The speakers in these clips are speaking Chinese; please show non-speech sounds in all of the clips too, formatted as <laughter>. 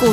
股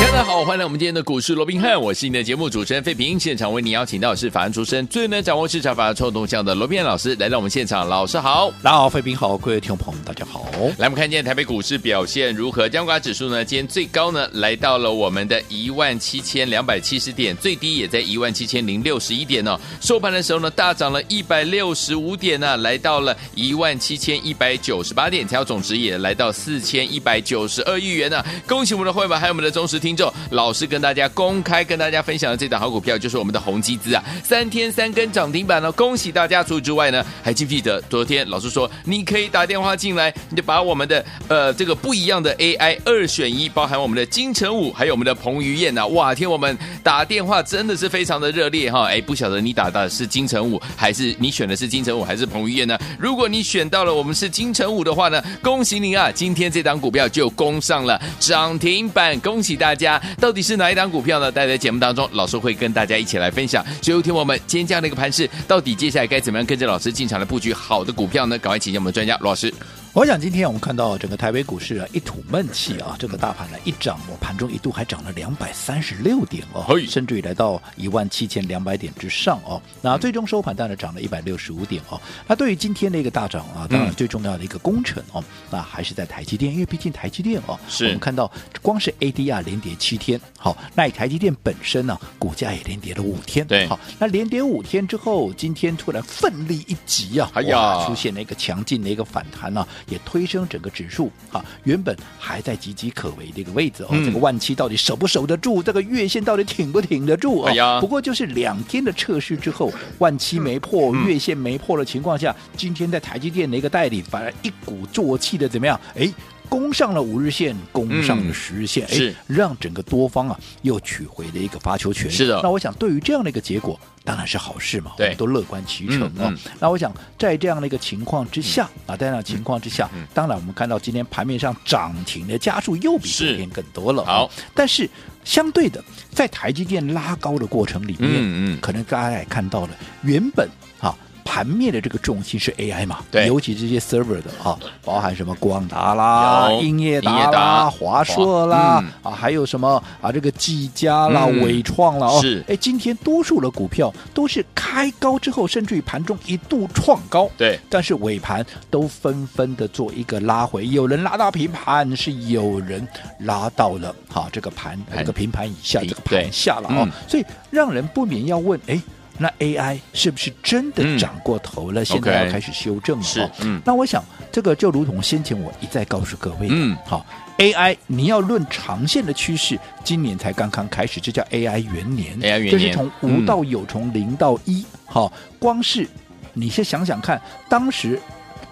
大家好，欢迎来我们今天的股市罗宾汉，我是你的节目主持人费平。现场为你邀请到的是法案出身、最能掌握市场法案臭动向的罗宾汉老师来到我们现场，老师好。大家好，费平好，各位听众朋友们，大家好。来，我们看见台北股市表现如何？加权指数呢，今天最高呢来到了我们的一万七千两百七十点，最低也在一万七千零六十一点哦。收盘的时候呢，大涨了一百六十五点呢、来到了一万七千一百九十八点，成交总值也来到四千一百九十二亿元呢、恭喜我们的会员，还有我们的忠实听众，老师跟大家公开跟大家分享的这档好股票就是我们的宏基资啊，三天三根涨停板哦，恭喜大家！除此之外呢，还记不记得昨天老师说你可以打电话进来，你就把我们的呃这个不一样的 AI 二选一，包含我们的金城武，还有我们的彭于晏呐、啊哇天，我们打电话真的是非常的热烈哈！哎，不晓得你打的是金城武，还是你选的是金城武，还是彭于晏呢？如果你选到了我们是金城武的话呢，恭喜您啊！今天这档股票就攻上了涨停板，恭喜大家！到底是哪一档股票呢？待在节目当中，老师会跟大家一起来分享。所以，听我们今天这样的一个盘势，到底接下来该怎么样跟着老师进场来布局好的股票呢？赶快请教我们的专家罗老师。我想今天我们看到整个台北股市啊一吐闷气啊，这个大盘呢一涨，我盘中一度还涨了两百三十六点哦嘿，甚至于来到一万七千两百点之上哦。嗯那最终收盘当然涨了一百六十五点哦。那对于今天的一个大涨啊，当然嗯最重要的一个工程哦，那还是在台积电，因为毕竟台积电哦，是我们看到光是 ADR 连跌七天，好，那台积电本身呢、股价也连跌了五天，对好，那连跌五天之后，今天突然奋力一击啊，哎呀哇出现。现了一个强劲的一个反弹呢、也推升整个指数啊，原本还在岌岌可危的一个位置哦，嗯这个万七到底守不守得住？这个月线到底挺不挺得住哎啊？呀不过就是两天的测试之后，万七没破，嗯月线没破的情况下，今天在台积电的一个带领，反而一鼓作气的怎么样？哎。攻上了五日线，攻上嗯了十日线，哎是让整个多方啊又取回了一个发球权。是的那我想对于这样的一个结果，当然是好事嘛，对我们都乐观其成嗯哦嗯。那我想在这样的一个情况之下，啊，在这样的情况之下，嗯当然我们看到今天盘面上涨停的家数又比昨是天更多了、啊好，但是相对的，在台积电拉高的过程里面，嗯嗯可能大家也看到了，原本啊。盘面的这个重心是 AI 嘛，对尤其这些 server 的啊，包含什么光达啦、有英业英业达达啦、华硕啦、嗯啊，还有什么啊，这个技嘉啦、嗯伟创啦，哦，是哎，今天多数的股票都是开高之后，甚至于盘中一度创高，对，但是尾盘都纷纷的做一个拉回，有人拉到平盘，是有人拉到了哈、这个盘呃盘这个平盘以下，底这个对盘下了哦，嗯所以让人不免要问，哎。那 AI 是不是真的嗯涨过头了？现在 OK 要开始修正了、哦。是嗯那我想这个就如同先前我一再告诉各位的，嗯好，AI 你要论长线的趋势，今年才刚刚开始，这叫 AI 元年 AI 元年这是从嗯无到有，从零到一，好，光是你先想想看，当时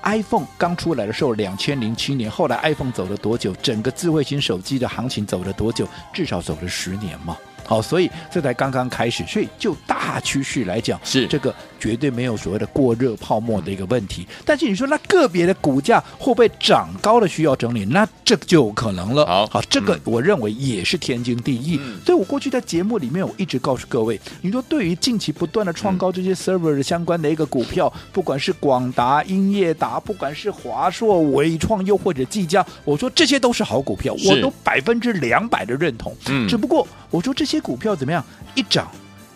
iPhone 刚出来的时候，两千零七年，后来 iPhone 走了多久？整个智慧型手机的行情走了多久？至少走了十年嘛。好，所以这才刚刚开始，所以就大趋势来讲，是这个绝对没有所谓的过热泡沫的一个问题。但是你说那个别的股价会不会涨高的需要整理，那这就有可能了。好好，这个嗯我认为也是天经地义。嗯所以我过去在节目里面我一直告诉各位，你说对于近期不断的嗯创高这些 server 的相关的一个股票，不管是广达、英业达，不管是华硕、伟创，又或者技嘉，我说这些都是好股票，是我都百分之两百的认同。嗯只不过我说这些股票怎么样一涨。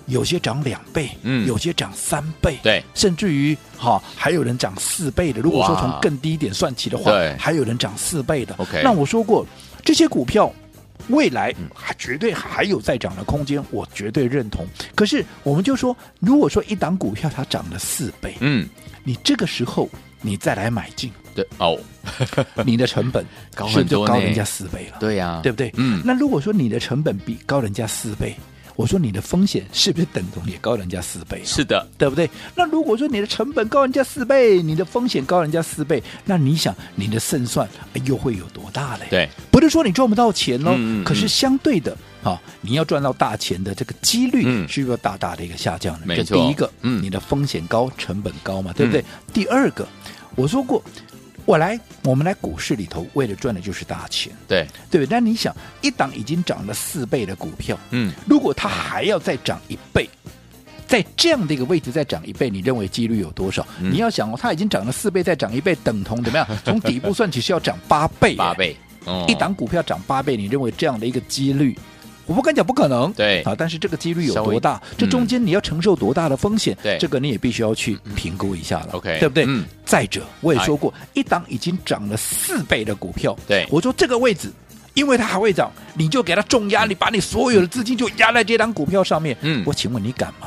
有些涨两倍，嗯有些涨三倍，对甚至于哈、还有人涨四倍的。如果说哇从更低一点算起的话对，还有人涨四倍的。 OK 嗯那我说过，这些股票未来还绝对还有再涨的空间，我绝对认同。可是我们就说，如果说一档股票它涨了四倍，嗯，你这个时候你再来买 <laughs> 进，对哦，你的成本高是不很是就多高呢人家四倍了？对呀、对不对？嗯，那如果说你的成本比高人家四倍，我说你的风险是不是等同也高人家四倍？是的，对不对？那如果说你的成本高人家四倍，你的风险高人家四倍，那你想你的胜算哎又会有多大嘞？对，不是说你赚不到钱喽，嗯嗯嗯可是相对的啊，你要赚到大钱的这个几率嗯是不是要大大的一个下降呢？没这错第一个，嗯你的风险高，成本高嘛，对不对？第二个，我说过。我来，我们来股市里头为了赚的就是大钱，对，对不对？那你想，一档已经涨了四倍的股票，嗯，如果它还要再涨一倍，在这样的一个位置再涨一倍，你认为几率有多少？嗯你要想哦，它已经涨了四倍，再涨一倍，等同怎 <laughs> 么样？从底部算起是要涨八倍，八。倍，哦一档股票涨八倍，你认为这样的一个几率？我不敢讲不可能，对啊，但是这个几率有稍微嗯多大？这中间你要承受多大的风险？对这个你也必须要去评估一下了 OK，对不对嗯？再者，我也说过，一档已经涨了四倍的股票，对我说这个位置。因为它还会涨，你就给它重压，你把你所有的资金就压在这档股票上面。嗯我请问你敢吗？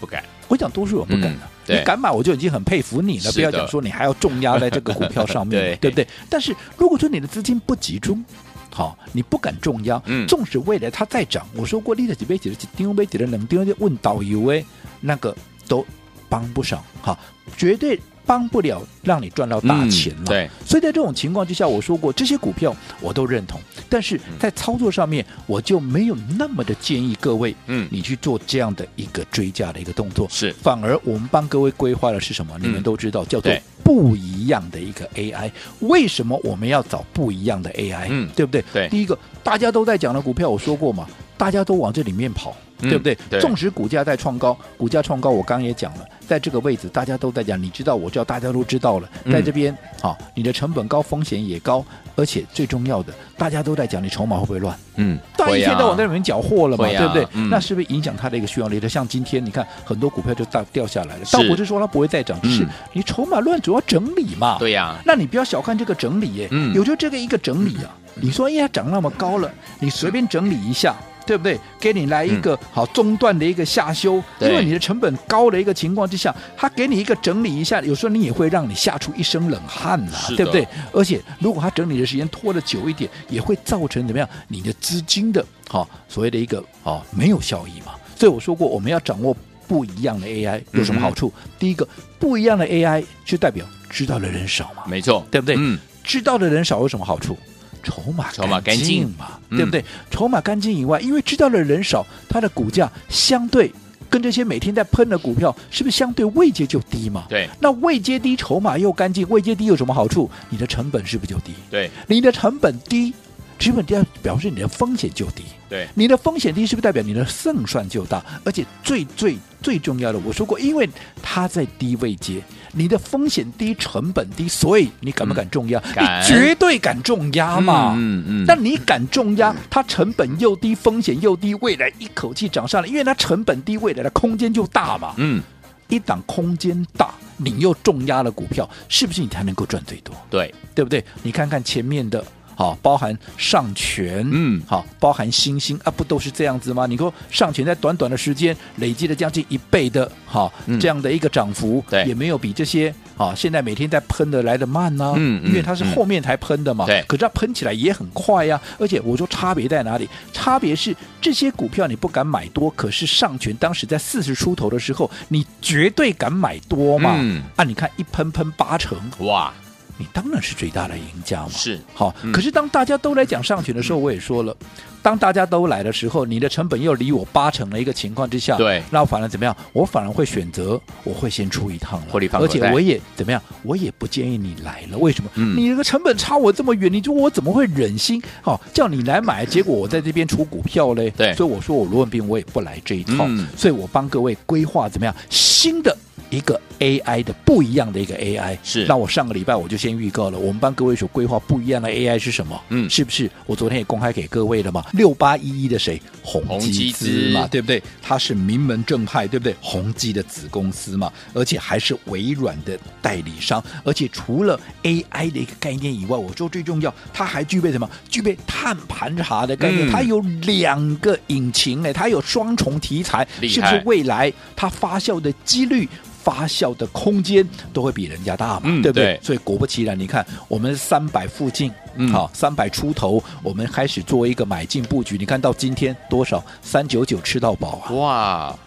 不敢，我讲多数人不敢的、嗯对你敢买我就已经很佩服你了，是的不要讲说你还要重压在这个股票上面， <laughs> 对不对？但是如果说你的资金不集中，好，你不敢重压，嗯纵使未来它再涨，我说过，立了几杯几的丢杯几的冷丢，问导游哎，那个都帮不上，好，绝对帮不了让你赚到大钱嗯了。对，所以在这种情况之下，我说过这些股票我都认同，但嗯是在操作上面我就没有那么的建议各位，嗯你去做这样的一个追加的一个动作。是反而我们帮各位规划的是什么？你们都知道，叫做嗯对不一样的一个 AI。为什么我们要找不一样的 AI？嗯对不对？对第一个大家都在讲的股票，我说过嘛，大家都往这里面跑。嗯对不对？对纵使股价在创高，股价创高，我刚刚也讲了，在这个位置大家都在讲，你知道，我知道，大家都知道了，嗯在这边好、你的成本高，风险也高，而且最重要的，大家都在讲你筹码会不会乱，嗯，大家一天到晚在里面缴获了嘛，会啊对不对？嗯那是不是影响它的一个需要力的？像今天你看很多股票就大掉下来了，是倒不是说它不会再涨，只是嗯你筹码乱，主要整理嘛。对呀，那你不要小看这个整理耶，啊嗯有就这个一个整理啊。你说，哎呀，涨那么高了，你随便整理一下，对不对？给你来一个好中段的一个下修，嗯对因为你的成本高的一个情况之下，它给你一个整理一下，有时候你也会让你吓出一身冷汗呐、是的对不对？而且如果它整理的时间拖得久一点，也会造成怎么样？你的资金的好、所谓的一个好、没有效益嘛。所以我说过，我们要掌握。不一样的 AI 有什么好处？嗯第一个，不一样的 AI 就代表知道的人少嘛。没错，对不对？嗯，知道的人少有什么好处？筹码筹码干净净嘛，嗯对不对？筹码干净以外，因为知道的人少，它的股价相对跟这些每天在喷的股票，是不是相对位阶就低嘛？对那位阶低，筹码又干净，位阶低有什么好处？你的成本是不是就低？对你的成本低，成本低表示你的风险就低。对，你的风险低，是不是代表你的胜算就大？而且最最最重要的，我说过，因为它在低位阶，你的风险低、成本低，所以你敢不敢重压？嗯敢你绝对敢重压嘛！嗯嗯但你敢重压，它成本又低，风险又低，未来一口气涨上来，因为它成本低，未来的空间就大嘛。嗯，一档空间大，你又重压了股票，是不是你才能够赚最多？对，对不对？你看看前面的，好，包含上权，嗯好，包含星星啊，不都是这样子吗？你说上权在短短的时间累积了将近一倍的，好、嗯这样的一个涨幅，对也没有比这些啊现在每天在喷的来的慢呐、嗯嗯因为它是后面才喷的嗯嘛，对可是它喷起来也很快呀、而且我说差别在哪里？差别是这些股票你不敢买多，可是上权当时在四十出头的时候，你绝对敢买多嘛？嗯啊，你看一喷喷八成，哇，你当然是最大的赢家嘛。是好，嗯可是当大家都来讲上权的时候，我也说了，当大家都来的时候，你的成本又离我八成的一个情况之下，对那我反而怎么样？我反而会选择，我会先出一趟了，获利放口而袋且我也怎么样？我也不建议你来了，为什么？嗯你这个成本差我这么远，你就我怎么会忍心？好、叫你来买，结果我在这边出股票嘞，对所以我说我罗文斌我也不来这一套，嗯所以我帮各位规划怎么样新的。一个 AI 的不一样的一个 AI，是那我上个礼拜我就先预告了，我们帮各位所规划不一样的 AI 是什么？嗯是不是？我昨天也公开给各位了嘛？六八一一的谁？宏宏基基资资嘛，对不对？它是名门正派，对不对？宏基的子公司嘛，而且还是微软的代理商，而且除了 AI 的一个概念以外，我说最重要，它还具备什么？具备碳盘查的概念，嗯它有两个引擎哎，它有双重题材，厉害是不是未来它发酵的几率？发酵的空间都会比人家大嘛，嗯对不对所以果不其然，你看我们三百附近，嗯好三百出头，我们开始做一个买进布局。你看到今天多少三九九吃到饱啊？哇，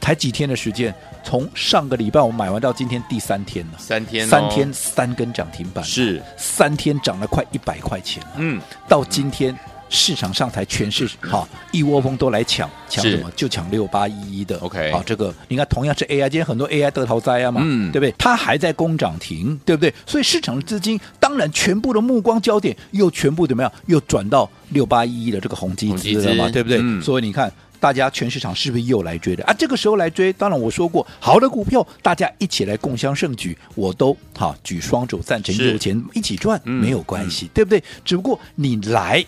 才几天的时间，从上个礼拜我们买完到今天第三天了，三天哦三天三根涨停板，是，三天涨了快一百块钱啊嗯，到今天市场上才全是好一窝蜂都来抢，抢是什么？就抢六八一一的。 OK 好，这个你看同样是 AI，今天很多 AI 得逃灾啊嘛，嗯对不对？它还在攻涨停，对不对？所以市场的资金当然全部的目光焦点又全部怎么样？又转到六八一一的这个宏基宏基资了嘛，资对不对？嗯所以你看。大家全市场是不是又来追的啊？这个时候来追，当然我说过，好的股票大家一起来共襄盛举，我都好举双手赞成，是有钱一起赚、嗯没有关系，对不对？只不过你来，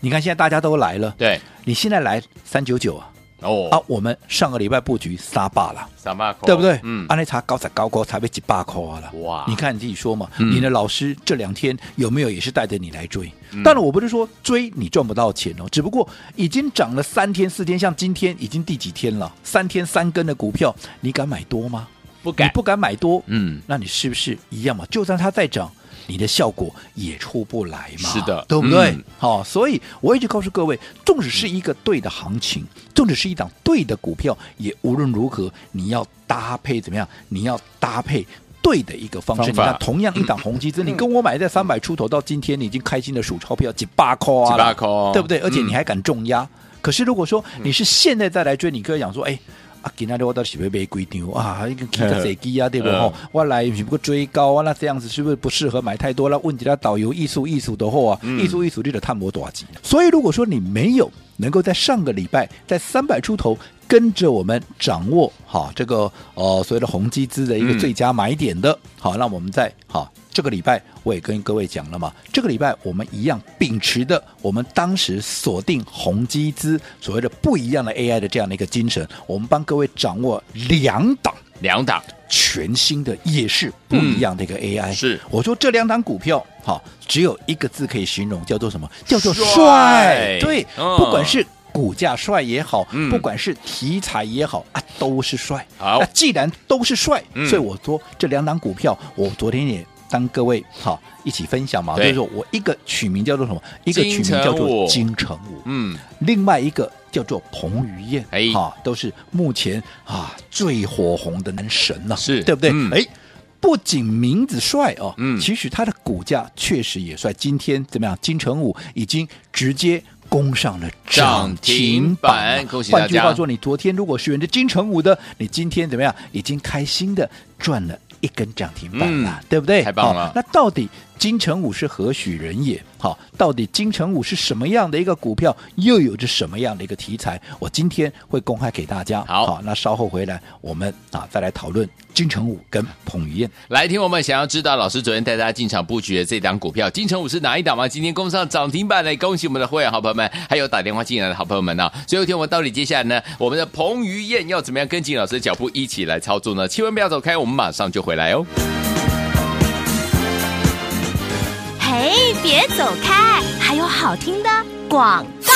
你看现在大家都来了，对，你现在来三九九啊啊哦，！我们上个礼拜布局沙坝了。三八口，对不对？嗯啊，，那茶高才高高才被几把块了。哇你看你自己说嘛，嗯你的老师这两天有没有也是带着你来追？嗯当然，我不是说追你赚不到钱哦，只不过已经涨了三天四天，像今天已经第几天了？三天三根的股票，你敢买多吗？不你敢，不敢买多，嗯，那你是不是一样嘛？就算它再涨，你的效果也出不来嘛？是的对不对嗯？好、所以我一直告诉各位，纵使是一个对的行情，纵使是一档对的股票，也无论如何，你要搭配怎么样？你要搭配。对的一个方式，方法嗯你看同样一档红基资，你跟我买在三百出头，到今天你已经开心的数钞票，几八块啊，几把口，对不对？而且嗯你还敢重压。可是如果说你是现在再来追，你可以讲说，哎。啊，今天我到底是不是被规定啊？一个起个谁机啊，对不嗯吼？我来是不过追高啊，那这样子是不是不适合买太多了？问题他导游艺术艺术的货啊，嗯艺术艺术你的探摩多级。所以如果说你没有能够在上个礼拜在三百出头跟着我们掌握好这个呃所谓的红基资的一嗯个最佳买点的，好，那我们在好这个礼拜我也跟各位讲了嘛，这个礼拜我们一样秉持的我们当时锁定宏基资所谓的不一样的 AI 的这样的一个精神，我们帮各位掌握两档两档，全新的也是不一样的一个 AI。嗯是我说这两档股票，好，只有一个字可以形容，叫做什么？叫做帅帅。对，嗯不管是。股价帅也好，嗯不管是题材也好啊，都是帅。好那既然都是帅，嗯所以我说这两档股票，我昨天也当各位好一起分享嘛，对就是说我一个取名叫做什么，一个取名金叫城武做金城武，嗯，另外一个叫做彭于晏，哎哈、都是目前啊最火红的男神呐、是对不对？嗯哎、不仅名字帅哦，嗯其实他的股价确实也帅。今天怎么样？金城武已经直接。攻上了涨涨停停板板，恭喜大家换句话说，你昨天如果是沿着金城武的，你今天怎么样？已经开心的赚了一根涨停板了，嗯对不对？太棒了好那到底金城武是何许人也？好，到底金城武是什么样的一个股票，又有着什么样的一个题材？我今天会公开给大家。好那稍后回来我们啊再来讨论金城武跟彭于晏。来听我们想要知道老师昨天带大家进场布局的这档股票金城武是哪一档吗？今天攻上涨停板嘞，恭喜我们的会员好朋友们，还有打电话进来的好朋友们啊！最后一天我到底接下来呢，我们的彭于晏要怎么样跟紧老师的脚步一起来操作呢？千万不要走开，我们马上就回来哦。嘿，别走开，还有好听的广告。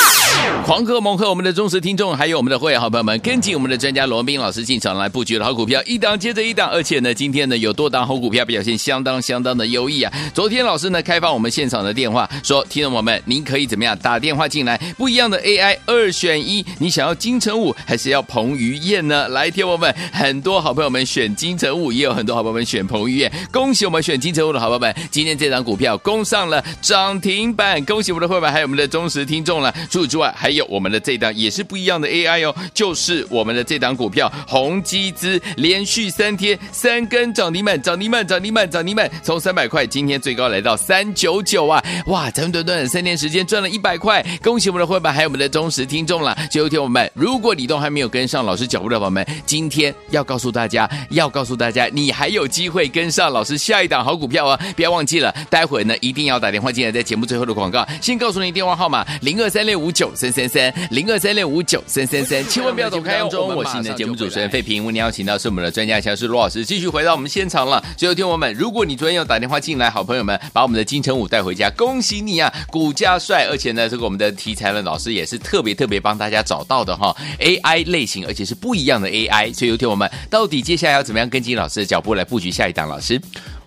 狂贺猛贺我们的忠实听众，还有我们的会员好朋友们，跟紧我们的专家罗文斌老师进场来布局的好股票，一档接着一档，而且呢，今天呢有多档好股票表现相当相当的优异啊！昨天老师呢开放我们现场的电话，说听众朋友们，您可以怎么样打电话进来？不一样的 AI 二选一，你想要金城武还是要彭于晏呢？来，听我们很多好朋友们选金城武，也有很多好朋友们选彭于晏，恭喜我们选金城武的好朋友们，今天这档股票攻上了涨停板，恭喜我们的会员，还有我们的忠实听众了。除此之外，还有我们的这档也是不一样的 AI 哦，就是我们的这档股票宏基资，连续三天三根涨停板，涨停板，涨停板，涨停板，从三百块今天最高来到三九九啊！哇，咱们短短的三天时间赚了一百块，恭喜我们的会员，还有我们的忠实听众了。最后一天我们，如果你都还没有跟上老师脚步的宝宝们，今天要告诉大家，要告诉大家，你还有机会跟上老师下一档好股票哦！不要忘记了，待会呢一定要打电话进来，在节目最后的广告，先告诉你电话号码零二三六五九三三三零二三六五九三三三，千万不要走开哦！我是你的节目主持人费平，为你邀请到是我们的专家乔师罗老师，继续回到我们现场了。所有听我们，如果你昨天有打电话进来，好朋友们把我们的金城武带回家，恭喜你啊！股价帅，而且呢，这个我们的题材呢，老师也是特别特别帮大家找到的哈，AI 类型，而且是不一样的 AI。所以有听我们，到底接下来要怎么样跟进老师的脚步来布局下一档？老师，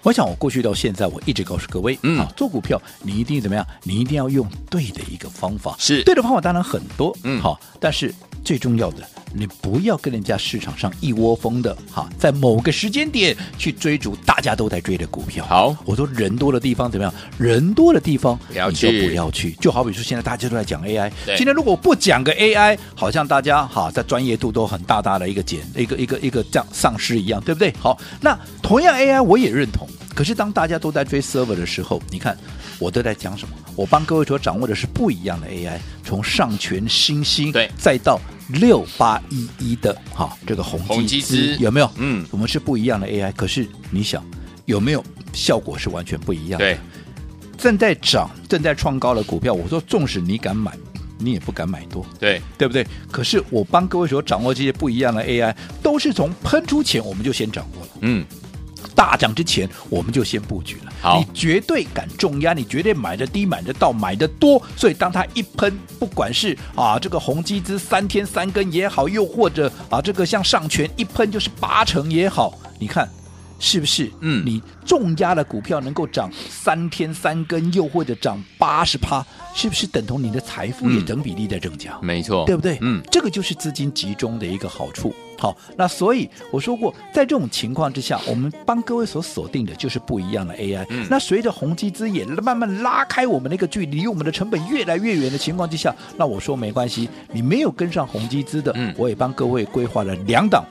我想我过去到现在，我一直告诉各位，嗯啊，做股票你一定怎么样？你一定要用对的一个方法，是对的方法当然很多，嗯好，但是最重要的，你不要跟人家市场上一窝蜂的哈，在某个时间点去追逐大家都在追的股票。好我说人多的地方怎么样？人多的地方不要你就去不要去。就好比说现在大家都在讲 AI，对今天如果不讲个 AI，好像大家哈在专业度都很大大的一个减一个一个一个这样丧失一样，对不对？好，那同样 AI 我也认同。可是当大家都在追 server 的时候，你看我都在讲什么？我帮各位所掌握的是不一样的 AI，从上权新星，对再到六八一一的哈这个宏宏基基资资有没有？嗯我们是不一样的 AI，可是你想有没有效果是完全不一样的？对，正在涨、正在创高的股票，我说纵使你敢买，你也不敢买多，对，对不对？可是我帮各位所掌握这些不一样的 AI，都是从喷出前我们就先掌握了。嗯，大涨之前我们就先布局了。好你绝对敢重压，你绝对买的低，买的到，买的多。所以当它一喷，不管是啊这个红基资三天三根也好，又或者啊这个像上权一喷就是八成也好，你看。是不是？嗯你重压的股票能够涨三天三根，又或者涨八十趴，是不是等同你的财富也嗯等比例在增加？没错，对不对？嗯，这个就是资金集中的一个好处。好，那所以我说过，在这种情况之下，我们帮各位所锁定的就是不一样的 AI。嗯那随着宏基资也慢慢拉开我们那个距离，离我们的成本越来越远的情况之下，那我说没关系，你没有跟上宏基资的，嗯我也帮各位规划了两档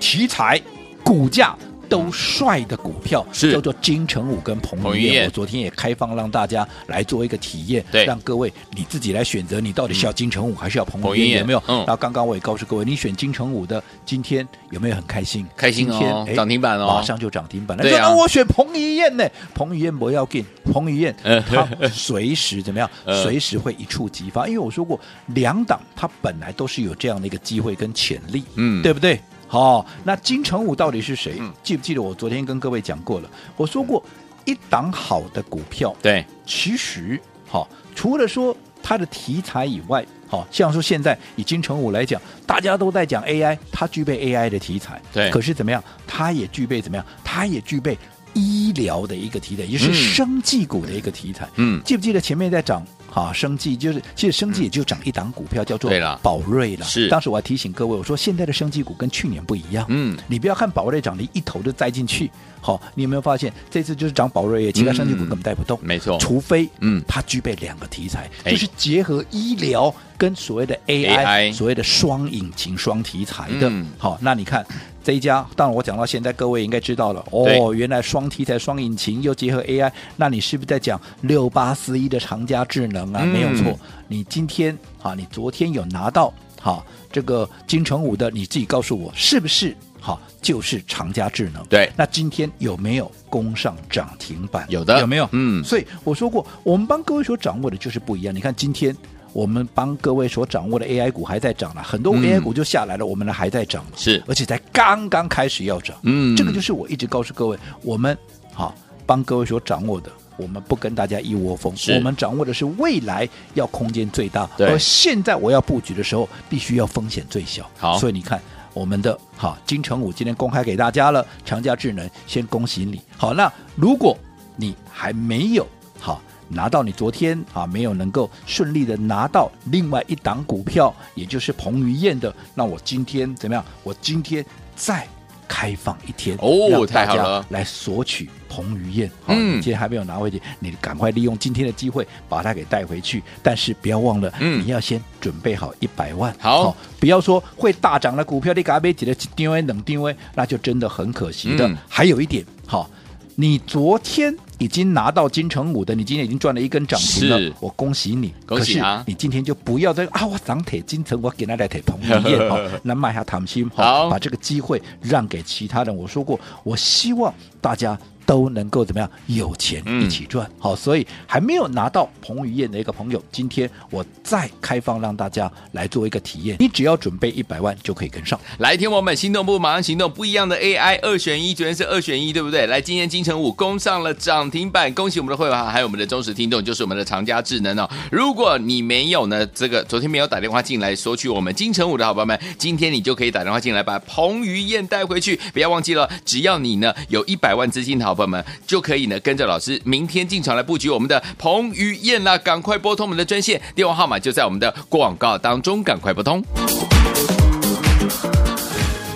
题材、股价。都帅的股票是叫做金城武跟彭彭于于晏，晏我昨天也开放让大家来做一个体验，对嗯让各位你自己来选择，你到底是要金城武还是要彭彭彭于于晏晏有没有？嗯然后刚刚我也告诉各位，你选金城武的，今天有没有很开心？开心哦今天哎涨停板哦马上就涨停板了。对啊你说那我选彭于晏呢？彭于晏不要进，彭于晏嗯他随 <laughs> 时怎么样嗯？随时会一触即发，因为我说过，两档它本来都是有这样的一个机会跟潜力，嗯对不对？好、那金城武到底是谁？嗯记不记得我昨天跟各位讲过了？我说过，一档好的股票，对，其实好、除了说它的题材以外，好、像说现在以金城武来讲，大家都在讲 AI，它具备 AI 的题材，对可是怎么样，它也具备怎么样，它也具备医疗的一个题材，也嗯是生技股的一个题材。嗯，记不记得前面在涨哈、啊、生技，就是其实生技也就涨一档股票，叫做对啦宝瑞了。是当时我还提醒各位，我说现在的生技股跟去年不一样。嗯，你不要看宝瑞涨，你一头就栽进去。好，你有没有发现这次就是涨宝瑞，其他生技股嗯根本带不动。没错，除非嗯它具备两个题材，哎就是结合医疗跟所谓的 AI，, AI 所谓的双引擎、双题材的。嗯好，那你看这一家，当然我讲到现在，各位应该知道了哦，对原来双题材、双引擎又结合 AI，那你是不是在讲六八四一的长佳智能啊？嗯没有错，你今天啊，你昨天有拿到好这个金城武的，你自己告诉我是不是？好，就是长佳智能。对那今天有没有攻上涨停板？有的有没有？嗯所以我说过，我们帮各位所掌握的就是不一样。你看今天。我们帮各位所掌握的 AI 股还在涨了，很多嗯 AI 股就下来了，我们呢还在涨了，是而且才刚刚开始要涨，嗯这个就是我一直告诉各位，我们好帮各位所掌握的，我们不跟大家一窝蜂是，我们掌握的是未来要空间最大，对而现在我要布局的时候，必须要风险最小，好所以你看。我们的好金城武今天公开给大家了，长佳智能先恭喜你。好，那如果你还没有好拿到你昨天啊没有能够顺利的拿到另外一档股票，也就是彭于晏的，那我今天怎么样？我今天再开放一天哦让大太好家了来索取彭于晏。好，嗯你今天还没有拿回去，你赶快利用今天的机会把它给带回去，但是不要忘了，嗯你要先准备好一百万。好不要说会大涨的股票，你给它买几的定位冷定位，那就真的很可惜的。嗯还有一点，好，你昨天已经拿到金城武的，你今天已经赚了一根涨是停了，我恭喜你，恭喜啊可是你今天就不要再啊，我涨铁金城，我给他来铁彭于 <laughs> 晏哦，那卖下谈心好把这个机会让给其他人。我说过，我希望大家。都能够怎么样有钱嗯一起赚、好，所以还没有拿到彭于晏的一个朋友，今天我再开放让大家来做一个体验，你只要准备一百万就可以跟上。来，天王们，心动不马上行动，不一样的 AI 二选一，昨天是二选一，对不对？来，今天金城武攻上了涨停板，恭喜我们的会员，还有我们的忠实听众，就是我们的长家智能哦。如果你没有呢，这个昨天没有打电话进来索取我们金城武的好朋友们，今天你就可以打电话进来把彭于晏带回去，不要忘记了，只要你呢有一百万资金的好朋友。朋友们就可以呢跟着老师明天进场来布局我们的彭于晏啦，赶快拨通我们的专线，电话号码就在我们的广告当中，赶快拨通。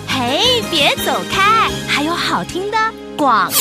嘿，别走开，还有好听的广。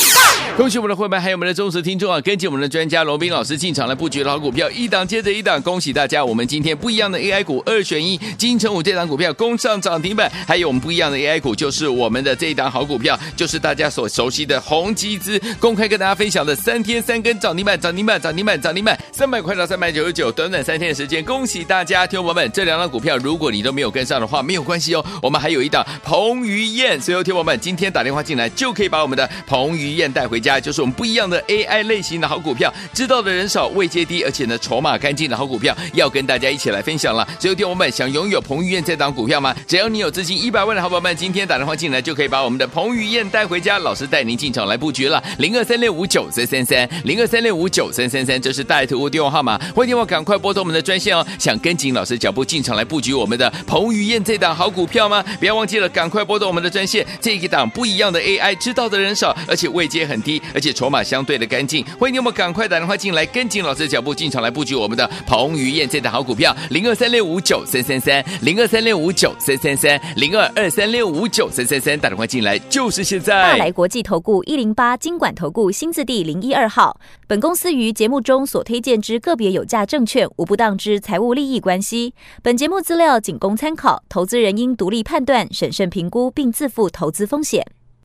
恭喜我们的会员，还有我们的忠实听众啊！跟紧我们的专家罗斌老师进场来布局的好股票，一档接着一档，恭喜大家！我们今天不一样的 AI 股二选一，金城武这档股票攻上涨停板，还有我们不一样的 AI 股，就是我们的这一档好股票，就是大家所熟悉的宏基资，公开跟大家分享的三天三根涨停板，涨停板，涨停板，涨停板，三百块到三百九十九，短短三天的时间，恭喜大家！听众朋友们，这两档股票如果你都没有跟上的话，没有关系哦，我们还有一档彭于晏，所以听众朋友们今天打电话进来就可以把我们的彭于晏带回家，就是我们不一样的 AI 类型的好股票，知道的人少，位阶低，而且呢筹码干净的好股票，要跟大家一起来分享了。所以听众朋友们想拥有彭于晏这档股票吗？只要你有资金一百万的好朋友们，今天打电话进来就可以把我们的彭于晏带回家，老师带您进场来布局了，零二三六五九三三三，零二三六五九三三三，这是带图电话号码，欢迎电话赶快拨通我们的专线哦。想跟紧老师脚步进场来布局我们的彭于晏这档好股票吗？不要忘记了，赶快拨动我们的专线，这一档不一样的 AI，知道的人少，而且位阶很低，而且筹码相对的干净。欢迎你们赶快打电话进来，跟紧老师的脚步进场来布局我们的彭于晏这档好股票，零二三六五九三三三，零二三六五九三三三，零二二三六五九三三三，打电话进来就是现大在。来国际投顾一零八金管投顾新字第零一二号。本公司于节目中所推荐之个别有价证券，无不当之财务利益关系。本节目资料仅供参考，投资人应独立判断、审慎评估，并自负投资风险。